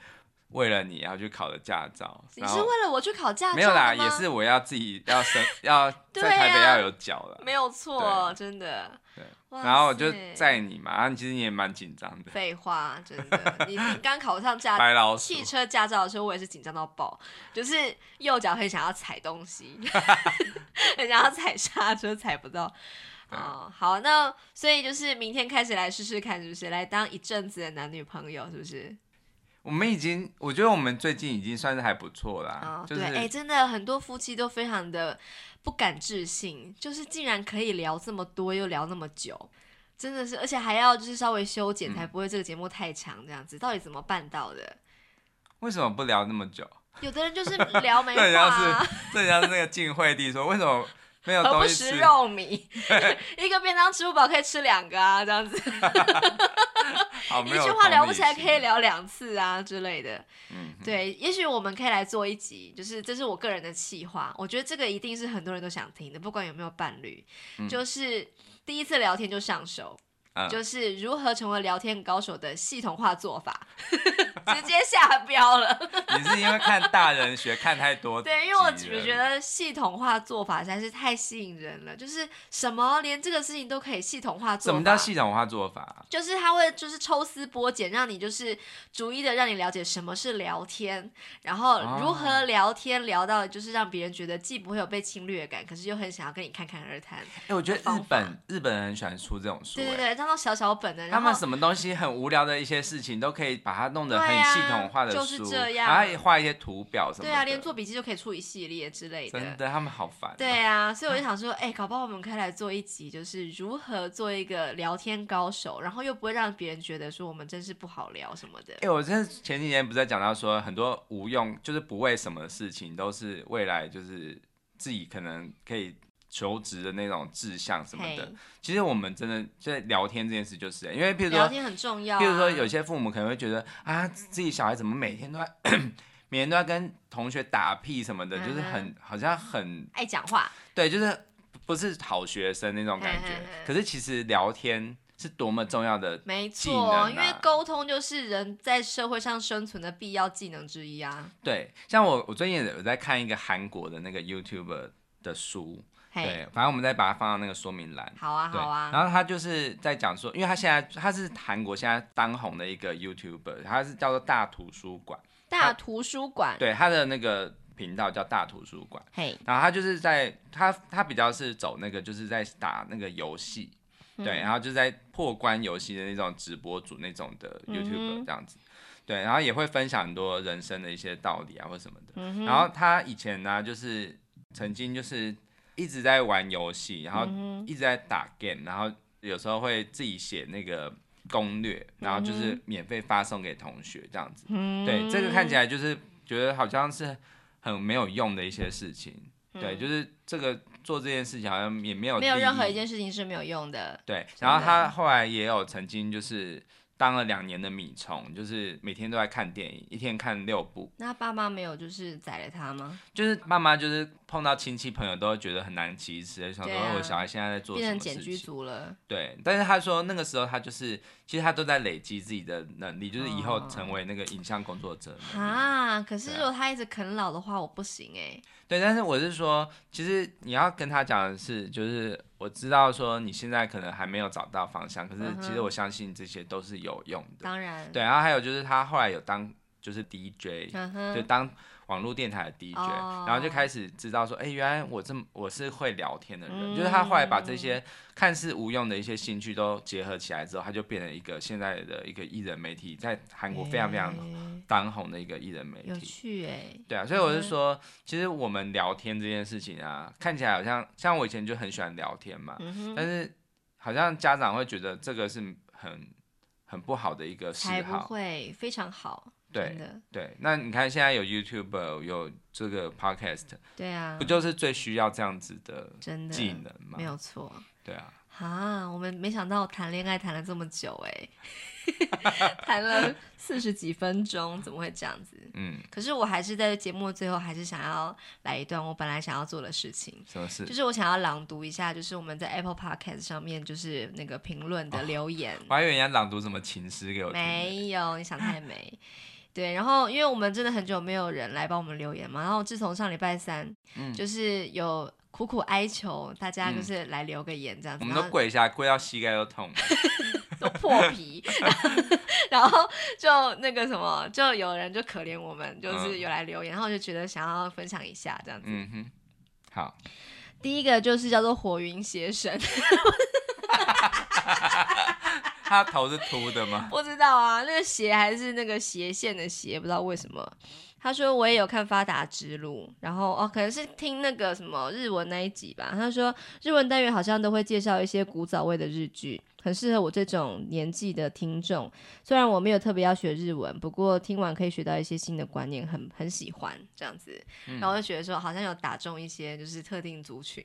为了你然后去考了驾照，
你
然
是
后
为了我去考驾照
没有啦，
的吗
也是我要自己要生 要
对
在台北
啊
要有脚了，
没有错，真的。
对
哇
然后我就
塞
载你嘛，然后其实你也蛮紧张的，
废话，真 的，你你刚考上驾
白老鼠
啊汽。车驾照的时候，我也是紧张到爆，就是右脚很想要踩 东西，很想要踩刹车，踩不到。
对啊
哦，好，那所以就是明天开始来试试看，是不是来当一阵子的男女朋友，是不是？
我们已经，我觉得我们最近已经算是还不错啦，
哦，
啊就是
对，哎、真的很多夫妻都非常的不敢置信，就是竟然可以聊这么多，又聊那么久，真的是，而且还要就是稍微修剪，
嗯
才不会这个节目太长这样子。到底怎么办到的？
为什么不聊那么久？
有的人就是聊 没
这
话、
要是
啊，
这像是那个晋惠帝说，为什么没有
何
东
不
西
食
吃？
肉糜， 一个便当吃不饱可以吃两个啊，这样子，
好，哦
一
没有
句话聊
同
不
理
起来可
心
以。聊两次啊之类的。
嗯，
对，也许我们可以来做一集，就是这是我个人的企划，我觉得这个一定是很多人都想听的，不管有没有伴侣，
嗯
就是第一次聊天就上手，
嗯
就是如何成为聊天高手的系统化做法， 直接下标了。
你是因为看大人学看太多集了，
对，因为我只觉得系统化做法实在是太吸引人了，就是什么连这个事情都可以系统化做
什
法，
么叫系统化做法？
就是他会就是抽丝剥茧，让你就是逐一的让你了解什么是聊天，然后
哦
如何聊天聊到就是让别人觉得既不会有被侵略感，可是又很想要跟你侃侃而谈。
哎、我觉得日
方法
本日本人很喜欢出这种书、
对对
哎，
对，当到小小本的，
他
然后
们什么东西很无聊的一些事情，都可以把它弄得很
对啊
系统化的书，
就是这样
然后还画一些图表什么的。
对啊，连做笔记就可以出一系列之类
真的，他们好烦、
对，啊，所以我就想说，哎、搞不好我们可以来做一集，就是如何做一个聊天高手，然后又不会让别人觉得说我们真是不好聊什么的
哎、。我真的前几年不是在讲到说，很多无用就是不为什么的事情，都是未来就是自己可能可以求职的那种志向 什么的
嘿。
其实我们真的在聊天这件事，就是因为比如
聊
说，
天很重要、啊。
比如说有些父母可能会觉得啊，自己小孩怎么每天都在 每天都在跟同学打屁什么的，就是很
嗯
好像很
爱讲话，
对，就是不是好学生那种感觉
嗯嘿嘿嘿。
可是其实聊天是多么重要的。
没
技
错，
能
因为
啊
沟通就是人在社会上生存的必要技能之一啊。
对，像我我最近有在看一个韩国的那个 YouTuber 的书，
嘿，
对，反正我们再把它放到那个说明栏。
好啊，
对，
好啊，
然后他就是在讲说，因为他现在他是韩国现在当红的一个 YouTuber，他是叫做大图书馆，
大图书馆，
对，他的那个频道叫大图书馆。
嘿，
然后他就是在他他比较是走那个就是在打那个游戏，对，
嗯
然后就是在破关游戏的那种直播主那种的
嗯
YouTube
哼
这样子，对，然后也会分享很多人生的一些道理啊或什么的。
嗯哼
然后他以前呢、就是曾经就是一直在玩游戏，然后
嗯哼
一直在打 game，然后有时候会自己写那个攻略，然后就是免费发送给同学这样子。
嗯
对，这个看起来就是觉得好像是很没有用的一些事情。对，
嗯
就是这个做这件事情好像也没有
没有
利
任何
益
一件事情是没有用的。
对。
真
然后
的
他后来也有曾经就是当了两年的米虫，就是每天都在看电影，一天看六部。
那爸妈没有就是宰了他吗？
就是妈妈就是碰到亲戚朋友都会觉得很难启齿，想说、
对啊
我小孩现在在做
变
什
成
么
简
事
居
情。
族了。
对，但是他说那个时候他就是其实他都在累积自己的能力，就是以后
哦
成为那个影像工作者的能力。
啊！可是
对啊
如果他一直啃老的话，我不行哎、
对，但是我是说，其实你要跟他讲的是，就是我知道说你现在可能还没有找到方向，可是
嗯哼
其实我相信这些都是有用的。
当然，，
对，然后还有就是他后来有当就是 DJ，、
嗯
就
哼，
当网络电台的 DJ，、
哦
然后就开始知道说，哎、原来我这么我是会聊天的人，就是他后来把这
嗯
些看似无用的一些兴趣都结合起来之后，他就变成一个现在的一个艺人媒体，在韩国非常非常
哎
当红的一个艺人媒
有
体。
趣哎、
对啊，所以我
嗯
是说，其实我们聊天这件事情啊，看起来好像像我以前就很喜欢聊天嘛，
嗯哼，
但是好像家长会觉得这个是很很不好的一个嗜
才不
好。
会非常好，真
对
的，
对，那你看现在有 YouTube，有这个 Podcast，
对啊，
不就是最需要这样子的
真的
技能吗？
没有错
对啊，
啊！我们没想到谈恋爱谈了这么久哎、 谈了四十几分钟，怎么会这样子？
嗯，
可是我还是在节目的最后，还是想要来一段我本来想要做的事情，
什么事
就？是我想要朗读一下，就是我们在 Apple Podcast 上面就是那个评论
哦
的留言。
我还以为人家朗读什么情诗给我听呢。
没有，你想 太美。对，然后因为我们真的很久没有人来帮我们留言嘛，然后自从上礼拜三，
嗯
就是有苦苦哀求大家就
嗯
是来留个言这样子，
我们
然
都
后
跪下，跪到膝盖都痛了。
都破皮， 然后就那个什么，就有人就可怜我们，就是
嗯
有来留言，然后就觉得想要分享一下这样子。
嗯哼，好，
第一个就是叫做火云邪神，
他头是秃的吗？
不知道啊，那个斜还是那个斜线的斜，不知道为什么。他说我也有看《发达之路》，然后哦，可能是听那个什么日文那一集吧。他说日文单元好像都会介绍一些古早味的日剧，很适合我这种年纪的听众。虽然我没有特别要学日文，不过听完可以学到一些新的观念，很很喜欢这样子。
嗯
然后就觉得说好像有打中一些就是特定族群，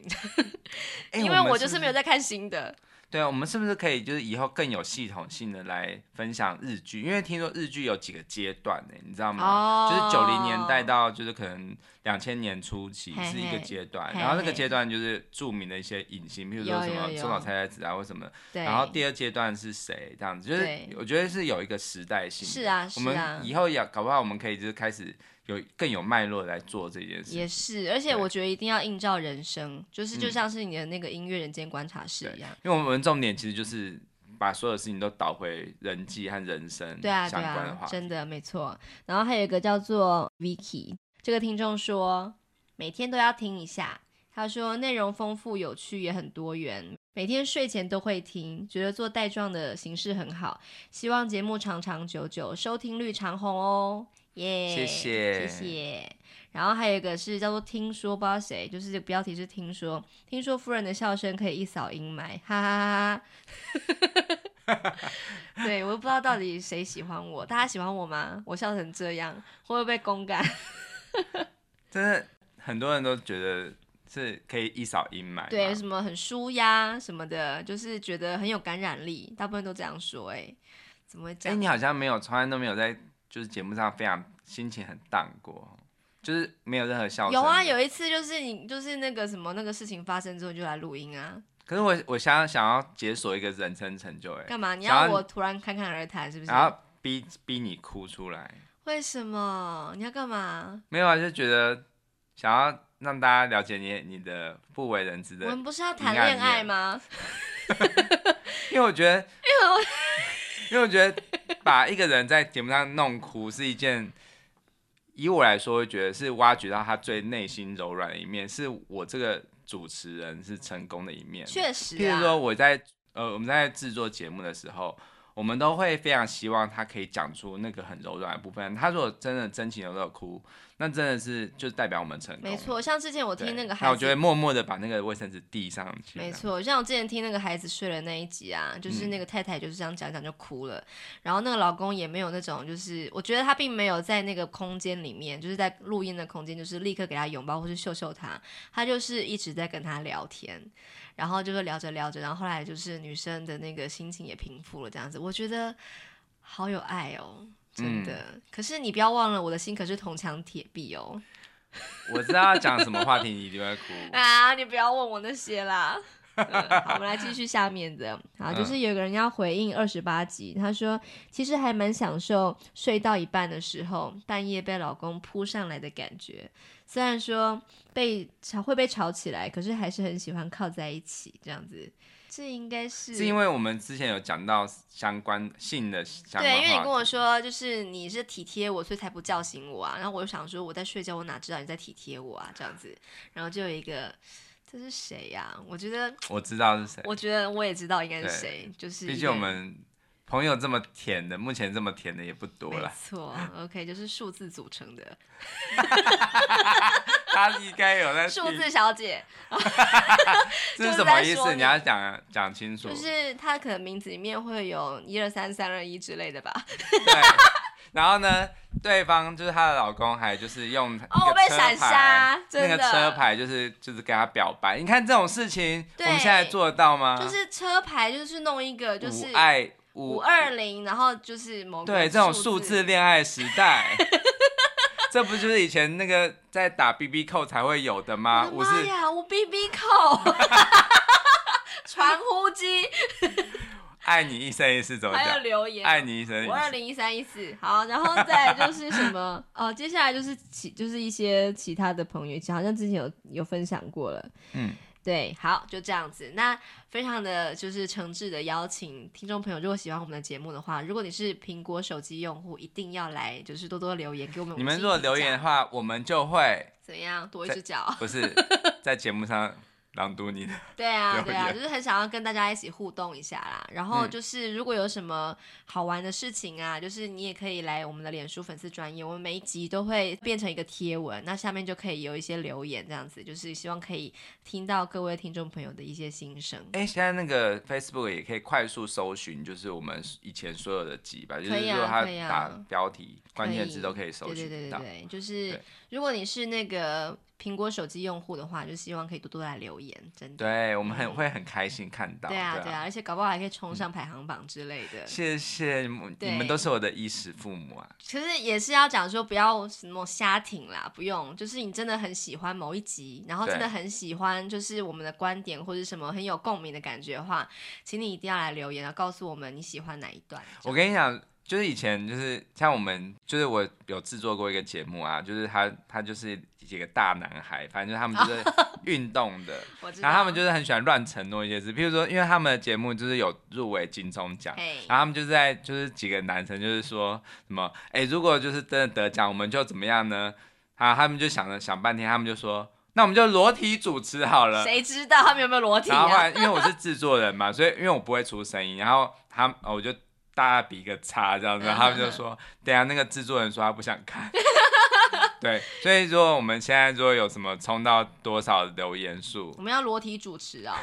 哎
因为我
们
就是
不
没有在看新的。
对啊，我们是不是可以就是以后更有系统性的来分享日剧？因为听说日剧有几个阶段呢、你知道吗？
哦
嗯就是九零年代到就是可能两千年初期
嘿嘿
是一个阶段，
嘿嘿
然后那个阶段就是著名的一些影星，比如说
有
什么
有有
中岛菜菜子啊或什么。
对，
然后第二阶段是谁？这样子就是
对
我觉得是有一个时代性的。
是啊
我
是啊
们以后也搞不好我们可以就是开始有更有脉络地来做这件事。
也是，而且
对
我觉得一定要映照人生，就是就
嗯
像是你的那个音乐人间观察室
对
一样。
因为我们重点其实就是把所有事情都导回人际和人生
对啊，
相
对
关的
啊
话，题。
真的没错。然后还有一个叫做 Vicky 这个听众说，每天都要听一下。他说内容丰富、有趣，也很多元，每天睡前都会听，觉得做带状的形式很好。希望节目长长久久，收听率长虹哦，耶、
谢谢
谢谢。然后还有一个是叫做“听说”，不知道谁，就是这个标题是“听说”，听说夫人的笑声可以一扫阴霾，哈哈哈哈。 对，我也不知道到底谁喜欢我，大家喜欢我吗？我笑成这样，会不会被公干？
真的很多人都觉得是可以一扫阴霾嘛。
对，什么很舒压什么的，就是觉得很有感染力，大部分都这样说、哎，怎么会这
哎、
样？
你好像没有，从来都没有在就是节目上非常心情很荡过，就是没有任何笑声。
有啊，有一次就是你就是那个什么那个事情发生之后你就来录音啊，
可是我我想要想要解锁一个人生成就、哎，
干嘛？你
想
要
要
我突然侃侃而谈是不是？
然后逼逼你哭出来，
为什么？你要干嘛？
没有啊，就觉得想要让大家了解你你的不为人知
我
的，
们不是要谈
阴暗
恋爱
面
吗？
因为我觉得，因为我觉得把一个人在节目上弄哭是一件，以我来说，会觉得是挖掘到他最内心柔软的一面，是我这个主持人是成功的一面。
确实
譬如
啊，
说我在呃我们在制作节目的时候，我们都会非常希望他可以讲出那个很柔软的部分。他如果真的真情流露地哭，那真的是就代表我们成功。
没，错。像之前我
对
听那个孩子，
那我就会默默的把那个卫生纸递上去。
没，错，像我之前听那个孩子睡了那一集啊，就是那个太太就是这样讲讲就哭了，然后那个老公也没有那种，就是我觉得他并没有在那个空间里面，就是在录音的空间，就是立刻给他拥抱或是秀秀他，他就是一直在跟他聊天，然后就是聊着聊着，然后后来就是女生的那个心情也平复了，这样子，我觉得好有爱哦。真的，可是你不要忘了，我的心可是铜墙铁壁哦！
我知道要讲什么话题，你一定会哭。
啊，你不要问我那些啦。嗯好，我们来继续下面的。
嗯
好，就是有个人要回应二十八集，他说其实还蛮享受睡到一半的时候，半夜被老公扑上来的感觉。虽然说被吵会被吵起来，可是还是很喜欢靠在一起这样子。这应该是
是因为我们之前有讲到相关性的相关
对，因为你
话
跟我
题
说就是你是体贴我，所以才不叫醒我啊。然后我就想说我在睡觉，我哪知道你在体贴我啊这样子。然后就有一个这是谁呀、我觉得
我知道是谁，
我觉得我也知道应该是
对
谁，就是
毕
一
竟我
个
们朋友这么甜的，目前这么甜的也不多
没
了，
错，OK，就是数字组成 的
大家应该有在
数
听
字小姐，
这
就是
是什么
在
意
说
思？你
你
要讲讲清楚。
就是她可能名字里面会有一二三三二一之类的吧。
对，然后呢，对方就是她的老公，还就是用一个
哦我被
车
闪
牌
瞎
那
真
个
的
车牌就是就是跟他表白。你看这种事情，我们现在
对
做得到吗？
就是车牌，就是弄一个，就是
啊五爱
五
五
二零，然后就是某个
对这种数
数
字恋爱时代， 这不就是以前那个在打 B B 扣才会有的吗？
我
我
的妈
是
呀，我 B B 扣， 传呼机，
爱你一生一世，怎么
还有
讲？
留言，哦
爱你一生一
五二
世。
零一三一四，好，然后再来就是什么？哦，接下来就是其就是一些其他的朋友，好像之前有有分享过了。
嗯，
对，好，就这样子。那非常的就是诚挚的邀请听众朋友，如果喜欢我们的节目的话，如果你是苹果手机用户，一定要来就是多多留言给我们五星
你
评价。
们如果留言的话，我们就会
怎样？多一只脚。
不是在节目上朗读你的。
对啊，
留
对啊，
言
就是很想要跟大家一起互动一下啦。然后
嗯
就是如果有什么好玩的事情啊，就是你也可以来我们的脸书粉丝专业，我们每一集都会变成一个贴文，那下面就可以有一些留言，这样子就是希望可以听到各位听众朋友的一些心声。
哎、现在那个 Facebook 也可以快速搜寻，就是我们以前所有的集吧，就
可
是
以啊
如果它
可以啊
打标题、关键字
以
都可以搜
对对
寻
对
得
对
到。
对，就是
对
如果你是那个苹果手机用户的话，就希望可以多多来留言，真的。
对，我们很
嗯
会很开心看到。
对啊，对啊，
啊。
而且搞不好还可以冲上排行榜之类的。
谢谢你们，
对
你们都是我的衣食父母啊！
可是也是要讲说不要什么瞎挺啦，不用，就是你真的很喜欢某一集，然后真的
对
很喜欢就是我们的观点或者什么很有共鸣的感觉的话，请你一定要来留言，然后告诉我们你喜欢哪一段。
我跟你讲，就是以前就是像我们，就是我有制作过一个节目啊，就是他他就是几个大男孩，反正就是他们 就是运动的，
我知道
然后他们就是很喜欢乱承诺一些事，譬如说，因为他们的节目就是有入围金钟奖，
嘿
然后他们就是在就是几个男生就是说什么，哎、如果就是真的得奖，我们就怎么样呢？啊，他们就想了想半天，他们就说，那我们就裸体主持好了。
谁知道他们有没有裸 体
然后后
啊？
来 因为我是制作人嘛，所以因为我不会出声音，然后他们哦我就大家比一个叉这 样子，然后他们就说，等一下那个制作人说他不想看。对，所以说我们现在如果有什么冲到多少留言数
我，们要裸体主持啊、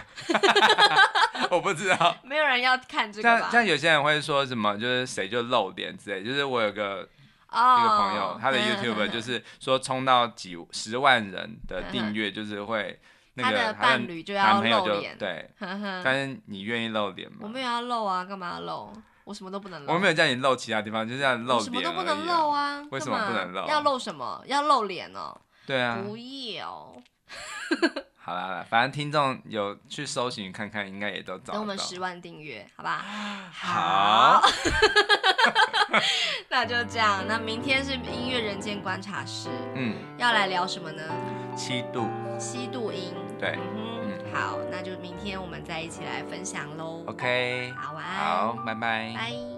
我不知道。
没有人要看这个
像
吧？
像有些人会说什么，就是谁就露脸之类。就是我有个
哦嗯
一个朋友，他的 YouTube 就是是说冲到几十万人的订阅，就是会那
嗯他
个
的伴侣就要
男朋友
露
就
脸，
对。
呵呵，
但是你愿意露脸吗？
我没有要露啊，干嘛要露？我什么都不能露，
我没有叫你露其他地方，就是要露脸、
嗯我什么都不能露
啊！
啊，
为什
干
么
嘛
不能露嗯
要露什么？要露脸哦。
对啊，
不要，
好啦好啦，反正听众有去搜寻看看，应该也都找
等
得
我们
到。
十万订阅，好吧？
好，
那就这样。那明天是音乐人间观察室，
嗯，
要来聊什么呢？
七度，
七度音。
对
嗯哼，好，那就明天我们再一起来分享喽。
，OK，
好，晚安，
好，拜拜
拜。